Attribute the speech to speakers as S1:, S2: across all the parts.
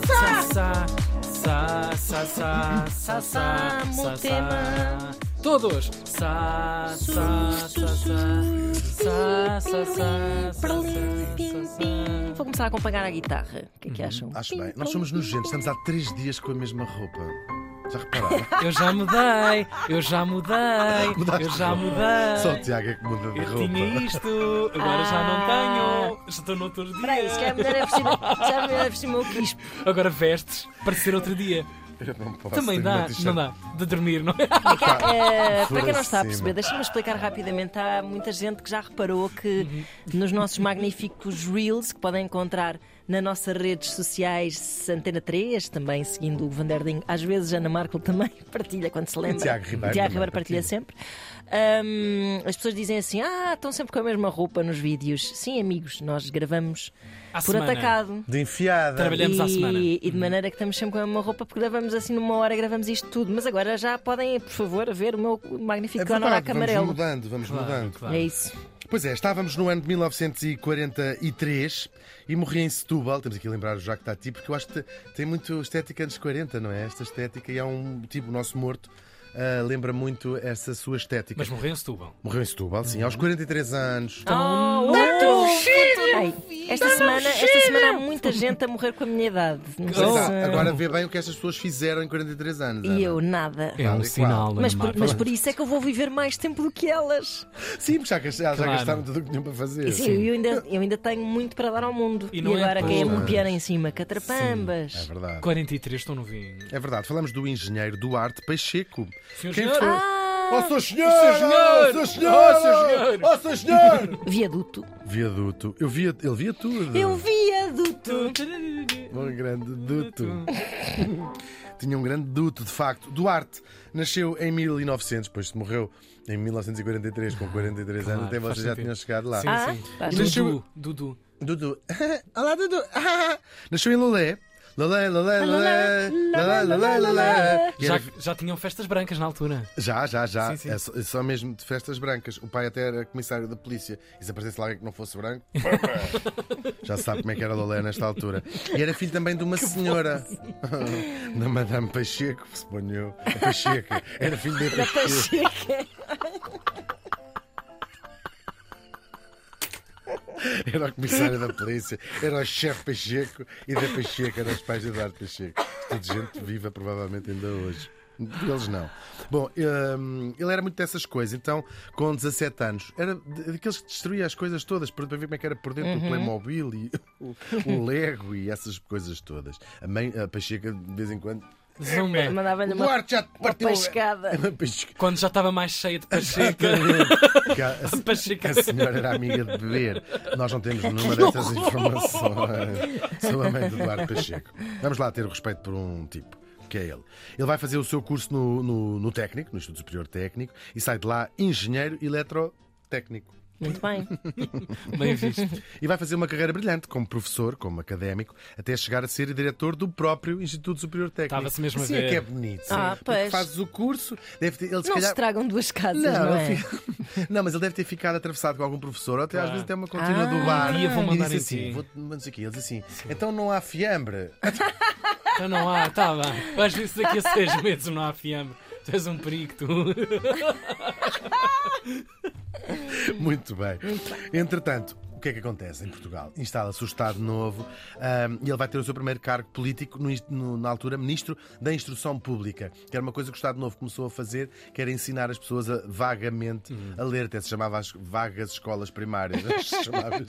S1: sa, sa, sa, sa, sa, sa, sa, sa.
S2: Samotema.
S1: Todos! Sa, sa, sa, sa, sa, sa, sa, sa, sa, sa.
S2: Vou começar a acompanhar a guitarra. O que
S1: Uhum.
S2: é que acham?
S3: Acho bem.
S1: Então,
S3: Nós somos nojentos, estamos há três dias com a mesma roupa. Já repararam?
S1: Eu já mudei, eu já mudei, eu já
S3: Só o
S1: mudei.
S3: Tiago é que muda de
S1: Eu tinha
S3: roupa.
S1: isto, agora já não tenho. Estou noutro
S2: Ah. Espera aí, se
S1: dia.
S2: calhar melhor é vestir- se calhar melhor é vestir o meu quispo.
S1: Agora vestes para ser outro dia.
S3: Eu não posso.
S1: Também
S3: tenho uma
S1: dá,
S3: t-shirt.
S1: não dá. De dormir, não é?
S2: Eh,
S3: Por
S2: para quem não está a
S3: cima.
S2: perceber, deixa-me explicar rapidamente. Há muita gente que já reparou que
S3: Uhum.
S2: nos nossos magníficos Reels, que podem encontrar nas nossas redes sociais, Antena 3, também seguindo o Vanderding, às vezes Ana Marco também partilha quando se lembra.
S3: Tiago Ribeiro
S2: Tiago
S3: também
S2: Ribeiro partilha
S3: partilha.
S2: sempre. Ahm, as pessoas dizem assim: Ah, estão sempre com a mesma roupa nos vídeos. Sim, amigos, nós gravamos
S1: À
S2: por
S1: semana.
S2: atacado.
S3: De enfiada.
S1: Trabalhei- Trabalhamos
S2: e,
S1: à semana.
S2: E de maneira que estamos sempre com a mesma roupa, porque gravamos assim numa hora, gravamos isto tudo. Mas agora já podem, por favor, ver o meu magnífico
S3: É
S2: anorak
S3: verdade, vamos
S2: amarelo.
S3: mudando, vamos mudando.
S1: claro.
S2: É isso.
S3: Pois é, estávamos no ano de 1943 e morri em Setúbal. Temos aqui a lembrar o Jacques Tati, porque eu acho que te- tem muito estética anos 40, não é? Esta estética, e há um tipo, o nosso morto, ah, lembra muito essa sua estética.
S1: Mas Uhum. morreu em Setúbal.
S3: Morreu em Setúbal, sim, aos 43 anos.
S2: Ah, outro! Ei, esta,
S1: um
S2: semana, esta semana há muita gente a morrer com a minha idade. Não sei
S3: Pois
S1: Oh.
S3: é,
S2: se-
S3: Agora vê bem o que estas pessoas fizeram em 43 anos. Ana.
S2: E eu nada.
S1: É um
S3: Claro,
S1: sinal,
S2: Mas
S1: Ana
S2: por,
S1: Marta.
S2: mas por isso é que eu vou viver mais tempo do que elas.
S3: Sim, porque já, gast- elas já
S1: Claro.
S3: gastaram tudo o que tinham para fazer.
S2: Sim, Eu, ainda, eu ainda tenho muito para dar ao mundo.
S1: É, E
S2: E,
S1: não é
S2: agora quem é
S1: pouco.
S2: me piar em cima? Catrapambas.
S3: É verdade.
S1: 43 estão novinhos.
S3: É verdade. Falamos do engenheiro Duarte Pacheco.
S1: Senhor
S3: Quem
S1: senhor.
S3: foi?
S2: Ah,
S3: Oh, seu senhor!
S1: senhor!
S3: Oh, seu
S1: Oh, seu
S3: senhor!
S1: senhor!
S3: Oh, seu senhor!
S2: viaduto.
S3: Viaduto. Eu via, ele via tudo.
S2: Eu viaduto.
S3: Um grande duto. Tinha um grande duto, de facto. Duarte nasceu em 1900, depois morreu em 1943, com 43 anos.
S1: Claro,
S3: Até
S1: faz
S3: vocês já
S1: sentido.
S3: tinham chegado lá.
S1: Sim,
S2: Ah,
S1: sim.
S2: faz
S1: Dudu, Dudu.
S3: Dudu. Olá, Dudu. Nasceu em Lolé. Lolé, Lolé, Lolé. Lolé, Lolé, Lolé. E
S1: Já,
S3: era-
S1: já tinham festas brancas na altura.
S3: Já, já, já.
S1: Sim, sim.
S3: É só, é só mesmo de festas brancas. O pai até era comissário da polícia. E se aparecesse lá alguém que não fosse branco, já se sabe como é que era Lolé nesta altura. E era filho também de uma senhora, da Madame Pacheco, suponho eu. A Pacheco. Era filho de Pacheco. Era o comissário da polícia, era o chefe Pacheco e da Pacheco, eram os pais de Eduardo Pacheco. Tudo gente viva, provavelmente ainda hoje. Eles não. Bom, hum, ele era muito dessas coisas, então, com 17 anos, era de- daqueles que destruía as coisas todas para para ver como é que era por dentro o
S2: Uhum.
S3: Playmobil e o, o Lego e essas coisas todas. A, mãe, a Pacheca, de vez em quando.
S1: Zumba.
S2: Mandava-lhe uma
S3: É. Duarte já te partiu. a- É
S2: pescada.
S3: Uma pesca-
S1: Quando já estava mais cheia de pacheca.
S3: Que a- a-
S1: pacheca.
S3: A senhora era amiga de beber. Nós não temos nenhuma dessas informações sobre a mãe do Eduardo Pacheco. Vamos lá ter respeito por um tipo, que é ele. Ele vai fazer o seu curso no, no, no técnico, no Estudo Superior Técnico, e sai de lá engenheiro eletrotécnico.
S2: Muito bem.
S1: Bem visto.
S3: E vai fazer uma carreira brilhante como professor, como académico, até chegar a ser diretor do próprio Instituto Superior Técnico.
S1: Estava-se mesmo a
S3: assim
S1: ver.
S3: é que é bonito.
S2: Ah,
S3: Porque
S2: pois.
S3: Fazes o curso, deve ter, ele se
S2: Não se
S3: calhar
S2: estragam duas casas, não,
S3: Não,
S2: é?
S3: ele fica- não, mas ele deve ter ficado atravessado com algum professor, ou até
S1: Claro.
S3: às vezes até uma contínua
S2: Ah.
S3: do bar.
S1: Um dia vou mandar
S3: e disse
S1: em ti.
S3: assim, vou não sei o quê. Ele diz assim, então não há fiambre.
S1: Então não há, está bem. Vais ver se daqui a seis meses não há fiambre. Tu és um perigo, tu.
S3: Muito bem. Entretanto, o que é que acontece em Portugal? Instala-se o Estado Novo ahm, e ele vai ter o seu primeiro cargo político, no inst- no- na altura, Ministro da Instrução Pública, que era uma coisa que o Estado Novo começou a fazer, que era ensinar as pessoas a- vagamente
S1: Uhum.
S3: a ler, até se chamava as vagas escolas primárias. Chamava-se.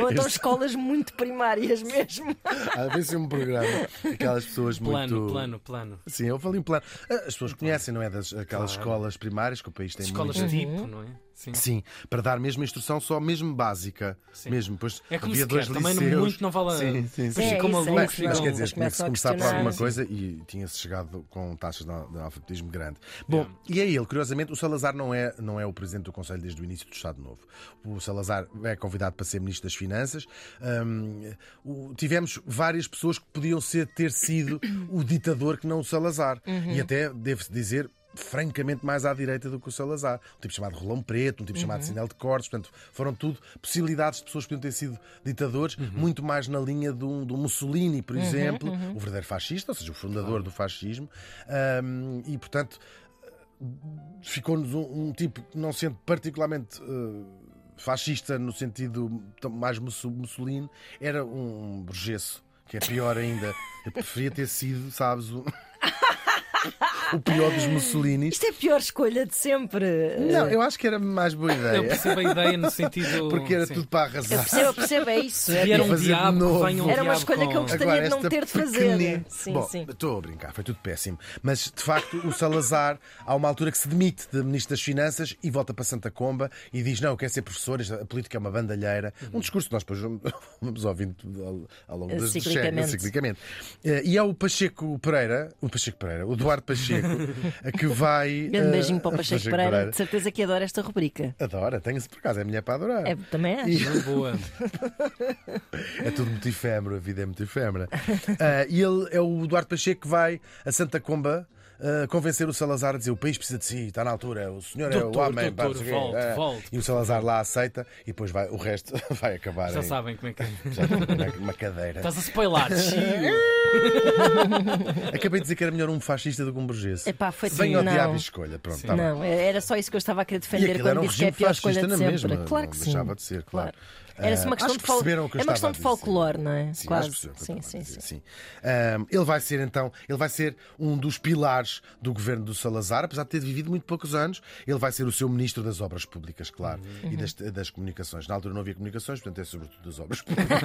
S2: Ou então
S3: Este-
S2: escolas muito primárias mesmo.
S3: Havia um programa, aquelas pessoas
S1: Plano,
S3: muito.
S1: plano, plano.
S3: Sim, eu falei um plano. Ah, As pessoas conhecem, não é? Das, aquelas escolas primárias que o país tem
S1: Escolas
S3: muito. Uhum.
S1: tipo, não é? Sim.
S3: Sim, para dar mesmo instrução, só mesmo básica.
S1: Sim.
S3: Mesmo, pois
S1: É como
S3: havia
S1: se
S3: dois
S1: quer, também
S3: liceus.
S1: muito não vale a-
S3: Sim, sim,
S1: Pois
S3: sim.
S2: É
S1: ficam
S2: isso,
S1: malucos,
S2: é isso.
S3: Bem, mas
S1: ficam-
S3: quer dizer,
S2: Eles
S3: tinha que
S2: começam
S3: se
S2: a
S3: começar por
S2: questionar.
S3: alguma
S2: Sim.
S3: coisa e tinha-se chegado com taxas de de analfabetismo grande. Bom, e é ele, curiosamente, o Salazar não é, não é o presidente do Conselho desde o início do Estado Novo. O Salazar é convidado para ser ministro das Finanças. Hum, o- tivemos várias
S2: Uhum.
S3: pessoas que podiam ser, ter sido o ditador que não o Salazar. E até, devo-se dizer. francamente mais à direita do que o Salazar. Um tipo chamado Rolão Preto, um tipo chamado Sinel de Cortes, portanto, foram tudo possibilidades de pessoas que podiam ter sido ditadores, muito mais na linha um, do, do Mussolini, por exemplo, o verdadeiro fascista, ou seja, o fundador do fascismo, Ahm, e portanto ficou-nos um, um tipo que não sendo particularmente eh, fascista no sentido tão- mais musso- Mussolini, era um burgesso, que é pior ainda. Eu preferia ter sido, sabes, o, o pior dos Mussolinis.
S2: Isto é a pior escolha de sempre.
S3: Não, eu acho que era mais boa
S1: Eu
S3: ideia,
S1: percebo a ideia no sentido.
S3: é. porque era
S1: sim.
S3: tudo para
S2: Eu
S3: arrasar.
S2: percebo, eu percebo, é isso.
S1: Se
S2: É
S1: vier
S3: E
S1: um
S3: fazer de
S1: diabo,
S3: novo.
S1: venha um
S2: Era uma
S1: diabo
S2: escolha que eu
S1: com-
S2: gostaria de não
S3: esta
S2: ter de fazer.
S3: pequenina-
S2: Sim,
S3: Bom,
S2: sim.
S3: estou a brincar, foi tudo péssimo. Mas, de facto, o Salazar, há uma altura que se demite de Ministro das Finanças e volta para Santa Comba e diz: Não, eu quero ser professor, isto- a política é uma bandalheira. Um discurso que nós depois vamos- vamos ouvindo ao, ao longo das dos
S2: Ciclicamente.
S3: séculos, ciclicamente. Eh, E é o Pacheco Pereira, o Pacheco Pereira, o Eduardo Pacheco, eh, que vai.
S2: Grande
S3: eh,
S2: beijinho para o Pacheco Pereira. De certeza que adora esta rubrica.
S3: Adora, tenho-se por acaso, é mulher para adorar.
S2: É, também acho.
S3: E-
S1: Boa.
S3: É tudo muito efêmero, a vida é muito efêmera. Ah, e ele é o Eduardo Pacheco que vai a Santa Comba ah, convencer o Salazar a dizer o país precisa de si, está na altura, o senhor é
S1: Doutor,
S3: o homem. pá, não sei o quê."
S1: doutor, volte,
S3: Ah,
S1: volte,
S3: e o Salazar lá aceita e depois vai, o resto vai acabar
S1: Já
S3: em-
S1: sabem como é que é.
S3: já numa- numa cadeira.
S1: Estás a spoilar. Chiu.
S3: Acabei de dizer que era melhor um fascista do que um burguês.
S2: Epá, foi assim,
S3: Venha ao
S2: não.
S3: diabo e escolha. Pronto, tá bem.
S2: Não, é, era só isso que eu estava a querer
S3: E
S2: defender
S3: aquilo era
S2: quando
S3: um
S2: disse que é a
S3: regime
S2: pior escolha
S3: fascista
S2: de
S3: na
S2: sempre.
S3: mesma.
S2: Claro
S3: não
S2: que sim.
S3: deixava de ser, claro.
S2: Era-se uma
S3: Ah, acho
S2: questão
S3: que
S2: de fol-
S3: perceberam o que eu
S2: é uma questão
S3: estava a
S2: de
S3: dizer, sim.
S2: folclore, não é?
S3: Sim,
S2: Quase.
S3: acho que percebeu o que eu
S2: Sim,
S3: estava a
S2: sim,
S3: dizer,
S2: sim.
S3: sim. Ahm, ele vai ser então, ele vai ser um dos pilares do governo do Salazar, apesar de ter vivido muito poucos anos, ele vai ser o seu ministro das obras públicas, claro,
S2: Uhum.
S3: e das, das comunicações. Na altura não havia comunicações, portanto é sobretudo das obras públicas.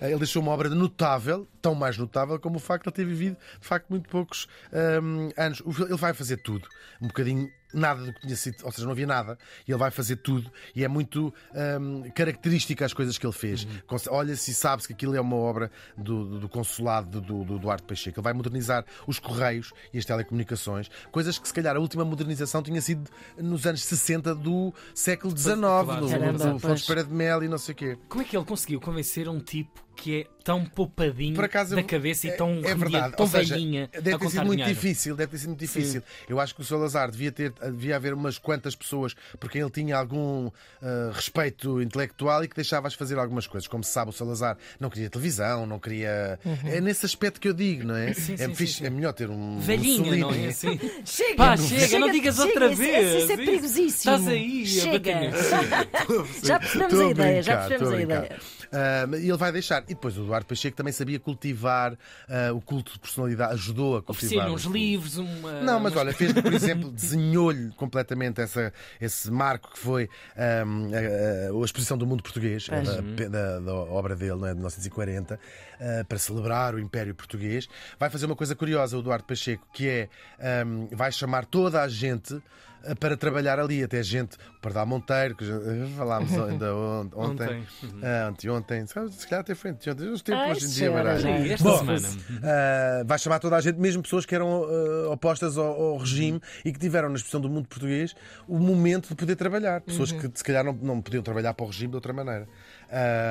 S3: Eh, ele deixou uma obra notável, tão mais notável como o facto de ele ter vivido, de facto, muito poucos ahm, anos. O- Ele vai fazer tudo, um bocadinho nada do que tinha sido, ou seja, não havia nada, e ele vai fazer tudo, e é muito ahm, característica as coisas que ele fez. Conce- Olha-se e sabe-se que aquilo é uma obra do, do- do consulado do, do Duarte Pacheco. Ele vai modernizar os correios e as telecomunicações, coisas que se calhar a última modernização tinha sido nos anos 60 do século XIX, do,
S1: Caramba,
S3: do
S2: pois.
S3: Fontes Pereira de Melo e não sei o quê.
S1: Como é que ele conseguiu convencer um tipo que é tão poupadinho
S3: Por acaso,
S1: da cabeça e tão,
S3: é
S1: remediado,
S3: verdade.
S1: tão
S3: Ou seja,
S1: velhinha
S3: Deve
S1: a
S3: ter
S1: contar
S3: sido muito
S1: dinheiro?
S3: difícil, deve ter sido muito difícil. Eu acho que o Salazar devia ter, devia haver umas quantas pessoas porque ele tinha algum ah, respeito intelectual e que deixava-as fazer algumas coisas. Como se sabe, o Salazar não queria televisão, não queria. É nesse aspecto que eu digo, não é?
S1: Uhum. Sim,
S3: é,
S1: sim,
S3: fixe-
S1: sim.
S3: é melhor ter um
S1: Velhinha, não é
S3: Mussolini.
S1: assim?
S2: Chega,
S1: Pá, chega, não digas
S2: chega,
S1: outra
S2: isso-
S1: vez.
S2: Isso, é perigosíssimo.
S1: Estás aí é a bater
S2: Chega.
S1: nisso.
S2: já percebemos
S3: Estou
S2: a ideia, já
S3: brincar,
S2: percebemos a
S3: estou
S2: ideia.
S3: brincar. Ah, mas ele vai deixar. E depois o Eduardo Pacheco também sabia cultivar ah, o culto de personalidade, ajudou a
S1: Oferecer
S3: cultivar. o
S1: uns
S3: culto.
S1: livros, uma.
S3: Não, mas
S1: umas-
S3: olha, fez por exemplo, desenhou-lhe completamente essa, esse marco que foi ahm, a, a- a exposição do mundo português, da, da- da obra dele, não é, de 1940, ah, para celebrar o Império Português. Vai fazer uma coisa curiosa, o Eduardo Pacheco, que é ahm, vai chamar toda a gente ah, para trabalhar ali, até gente, o Pardal Monteiro, que já, eh, falámos ainda on- ontem,
S1: Ontem.
S3: ah, anteontem, se calhar- se calhar até foi anteontem, uns tempos
S2: Ai,
S3: hoje em dia,
S2: senhora,
S3: baralho.
S2: já.
S1: Esta semana.
S3: Uh, vai chamar toda a gente, mesmo pessoas que eram uh, opostas ao, ao regime e que tiveram na expressão do mundo português o momento de poder trabalhar. Pessoas que se calhar não, não podiam trabalhar para o regime de outra maneira.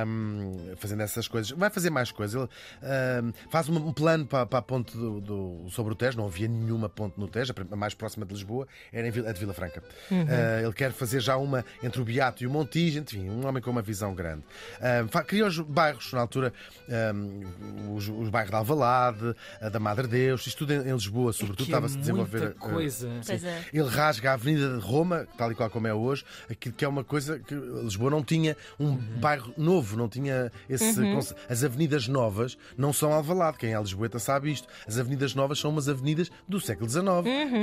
S3: Um, fazendo essas coisas. Vai fazer mais coisas. Ele um, faz um um plano para, para a ponte do, do- sobre o Tejo. Não havia nenhuma ponte no Tejo. A prim- A mais próxima de Lisboa era em Vila- a de Vila Franca.
S1: Uhum.
S3: Uh, ele quer fazer já uma entre o Beato e o Montijo. Enfim, um homem com uma visão grande. Um, fa- cria os bairros, na altura, um, os, os bairros da Alvalade, a da Madre Deus, isto tudo em, em Lisboa, sobretudo,
S1: que é
S3: estava-se a desenvolver.
S1: muita
S3: uh,
S1: coisa.
S2: Pois é.
S3: ele rasga a Avenida de Roma, tal e qual como é hoje, aquilo que é uma coisa que Lisboa não tinha um bairro novo, não tinha esse conce- As avenidas novas não são Alvalade, quem é Lisboeta sabe isto. As avenidas novas são umas avenidas do século XIX,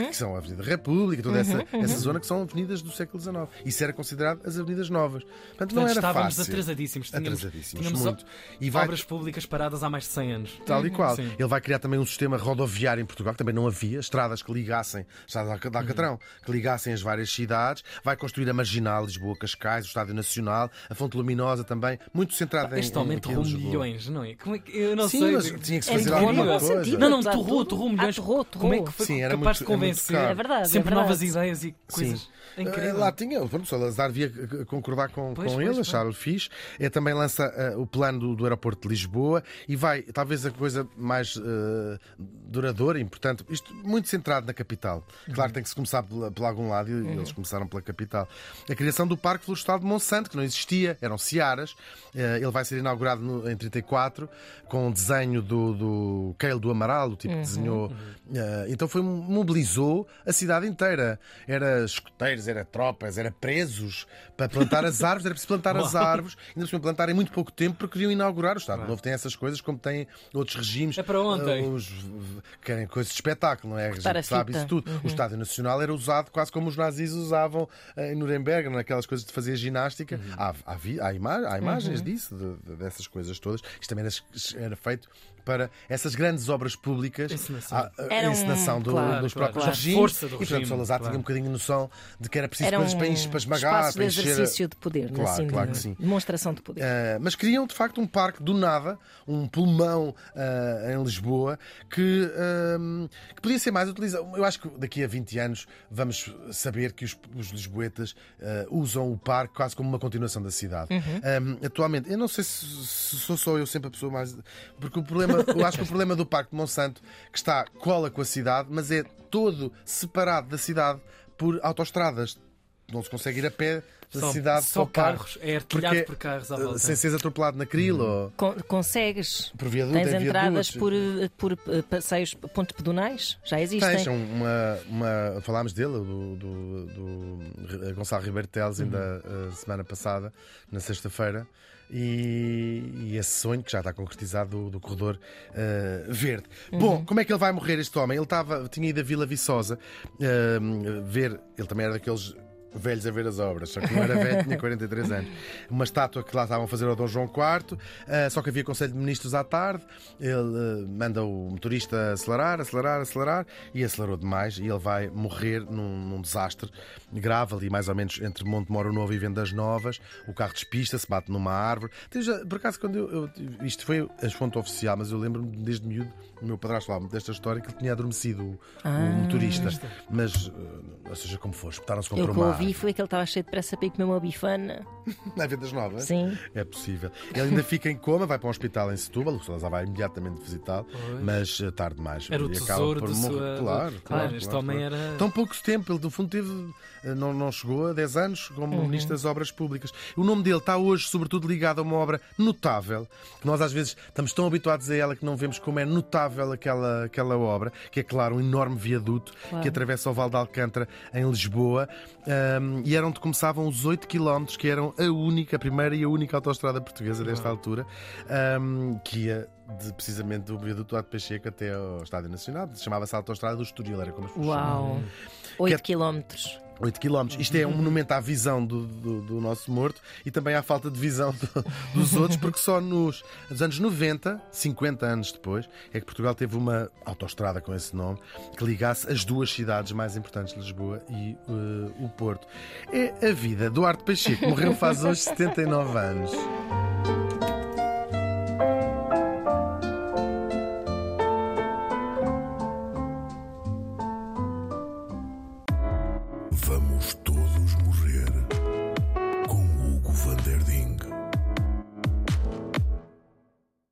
S3: que são a Avenida da República, toda essa, essa zona que são avenidas do século XIX. Isso era considerado as avenidas novas. Portanto, não
S1: Portanto,
S3: era
S1: estávamos
S3: fácil.
S1: atrasadíssimos. Tínhamos,
S3: Atrasadíssimos,
S1: tínhamos
S3: muito. E vai-
S1: obras públicas paradas há mais de 100 anos.
S3: Tal e qual.
S1: Uhum. Sim.
S3: Ele vai criar também um sistema rodoviário em Portugal, que também não havia, estradas que ligassem, estradas de Alcatrão,
S1: Uhum.
S3: que ligassem as várias cidades. Vai construir a Marginal, Lisboa, Cascais, o Estádio Nacional, a Fonte Luminosa também, muito centrada em.
S1: Este homem
S3: em que
S1: torrou
S3: ele jogou.
S1: milhões, não é? Como é que, eu não
S3: Sim,
S1: sei.
S3: mas tinha que se
S2: É
S3: fazer
S2: incrível.
S3: alguma
S2: Não, não,
S3: coisa.
S2: sentido.
S1: Não, não,
S2: Apesar de
S1: torrou,
S2: tudo.
S1: torrou
S2: Ah,
S1: milhões.
S2: torrou, torrou.
S1: Como é que foi
S3: Sim, era
S1: capaz de
S3: muito- é muito
S1: convencer?
S3: caro.
S2: É verdade, é
S1: Sempre
S2: verdade.
S1: novas ideias e coisas. É
S3: Eh,
S1: incrível.
S3: Lá tinha, pronto, o Salazar via eh, concordar com,
S1: Pois,
S3: com
S1: pois,
S3: ele,
S1: pois.
S3: achar-lhe fixe. Eh, também lança eh, o plano do, do aeroporto de Lisboa e vai, talvez a coisa mais eh, duradoura, importante, isto muito centrado na capital. Claro,
S1: Uhum.
S3: tem que se começar pela- por, algum lado e eles começaram pela capital. A criação do Parque Florestal de Monsanto, que não existia, eram searas. Eh, ele vai ser inaugurado no- em 34 com o desenho do, do Keil do Amaral, o tipo que desenhou. eh, então foi mobilizou a cidade inteira. Era escuteiros, era tropas, era presos para plantar as árvores, era preciso plantar as árvores, ainda por cima plantar em muito pouco tempo porque queriam inaugurar o Estado Novo. Tem essas coisas como tem outros regimes.
S1: É para ontem.
S3: Eh, os v- querem coisas de espetáculo, não é? A
S2: Cortar
S3: gente
S2: a
S3: sabe
S2: fita.
S3: isso tudo.
S1: Uhum.
S3: O Estádio Nacional era usado quase como os nazis usavam eh, em Nuremberg, naquelas coisas de fazer ginástica.
S1: Uhum.
S3: Há, há, vi- há ima- há imagens disso, de- de- dessas coisas todas. Isto também era, era feito para essas grandes obras públicas,
S1: Encenação.
S3: a, a-
S2: Era um-
S3: encenação do-
S2: claro,
S3: dos
S1: claro.
S3: próprios
S1: A
S3: regimes.
S1: força do
S3: e portanto,
S1: regime,
S3: Salazar
S1: claro.
S3: tinha um bocadinho de noção de que era preciso
S2: Era um
S3: coisas para, es- para esmagar,
S2: espaço de
S3: para encher. a-
S2: exercício de poder,
S3: Claro,
S2: assim, de-
S3: claro que sim.
S2: demonstração de poder.
S3: Uh, mas criam de facto um parque do nada, um pulmão uh, em Lisboa, que, um, que podia ser mais utilizado. Eu acho que daqui a 20 anos vamos saber que os, os lisboetas uh, usam o parque quase como uma continuação da cidade.
S1: Uhum.
S3: Um, atualmente, eu não sei se, se sou só eu sempre a pessoa mais. Porque o problema, eu acho que o problema do Parque de Monsanto, que está cola com a cidade, mas é todo separado da cidade por autoestradas. Não se consegue ir a pé da
S1: Só-
S3: cidade
S1: só
S3: para o parque.
S1: carros, é artilhado
S3: Porque,
S1: por carros à
S3: eh,
S1: volta.
S3: Sem seres atropelado na crila ou
S2: Con- consegues.
S3: por viaduto,
S2: Tens
S3: em
S2: entradas
S3: viadutos.
S2: por, eh, por eh, passeios, pontos pedonais? Já existem.
S3: Tens é um uma, uma- Falámos dele, do, do- do Gonçalo Ribeiro Teles, ainda a semana passada, na sexta-feira, e, e esse sonho que já está concretizado do, do corredor eh, verde. Bom, como é que ele vai morrer, este homem? Ele estava, tinha ido a Vila Viçosa eh, ver, ele também era daqueles. Velhos a ver as obras, só que não era velho, tinha 43 anos. Uma estátua que lá estavam a fazer ao Dom João IV, eh, só que havia Conselho de Ministros à tarde. Ele eh, manda o motorista acelerar, acelerar, acelerar e acelerou demais. E ele vai morrer num, num desastre grave ali, mais ou menos entre Monte Moro Novo e Vendas Novas. O carro despista-se, bate numa árvore. Tens, eh, por acaso, quando eu, eu- Isto foi a fonte oficial, mas eu lembro-me desde miúdo, o meu padrasto falava-me desta história que ele tinha adormecido o, o motorista. Mas, eh, ou seja, como for, espetaram-se contra
S2: Eu que
S3: uma
S2: ouvi
S3: árvore.
S2: foi que ele estava cheio de pressa para ir comer uma bifana.
S3: Na Vendas Novas?
S2: Sim.
S3: É possível. Ele ainda fica em coma, vai para um hospital em Setúbal, o Salazar vai imediatamente visitá-lo,
S1: Pois.
S3: mas eh, tarde demais.
S1: Era o
S3: E acaba
S1: tesouro
S3: por
S1: de
S3: morrer.
S1: sua-
S3: Claro,
S1: Claro,
S3: claro.
S1: este
S3: claro,
S1: homem
S3: claro.
S1: era-
S3: Tão pouco tempo, ele no fundo teve. eh, Não, não chegou a 10 anos como Ministro das Obras Públicas. O nome dele está hoje, sobretudo, ligado a uma obra notável, que nós às vezes estamos tão habituados a ela que não vemos como é notável aquela, aquela obra, que é, claro, um enorme viaduto que atravessa o Val de Alcântara em Lisboa, ahm, e era onde começavam os 8 quilómetros, que eram a única, a primeira e a única autoestrada portuguesa desta altura, ahm, que ia de, precisamente do viaduto do Ato Pacheco até ao Estádio Nacional. Chamava-se Autoestrada do Estoril, era como as pessoas chamavam.
S2: Uau! 8 quilómetros.
S3: 8 km. Isto é um monumento à visão do, do, do nosso morto e também à falta de visão do- dos outros, porque só nos, nos anos 90, 50 anos depois, é que Portugal teve uma autoestrada com esse nome que ligasse as duas cidades mais importantes, Lisboa e eh, o Porto. É a vida. Duarte Pacheco morreu faz hoje 79 anos.
S4: Vamos todos morrer com Hugo Van der Ding.